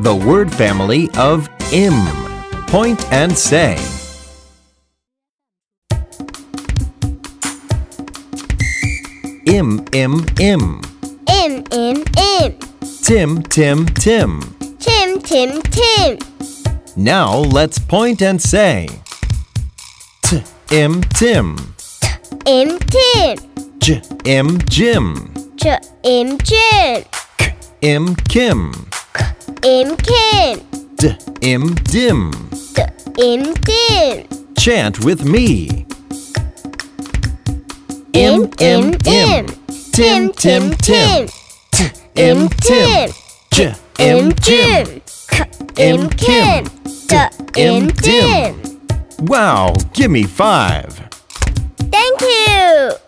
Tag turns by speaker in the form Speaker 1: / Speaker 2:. Speaker 1: the word family of im. Point and say. Im, im, im.
Speaker 2: Im, im, im.
Speaker 1: Tim, tim, tim.
Speaker 2: Tim, Tim, Tim.
Speaker 1: Now let's point and say. T, im, tim.
Speaker 2: Im, Tim.
Speaker 1: J, im, jim.
Speaker 2: J, Im, Jim.
Speaker 1: K, im, kim.
Speaker 2: Im, Kim.
Speaker 1: D, im, dim.
Speaker 2: D, Im, Dim.
Speaker 1: Chant with me.
Speaker 2: Im, im, im.
Speaker 1: Tim, tim, tim. T, im, tim. J, im, jim.
Speaker 2: K, Im, Kim. D, Im, Dim.
Speaker 1: Wow, give me five.
Speaker 2: Thank you.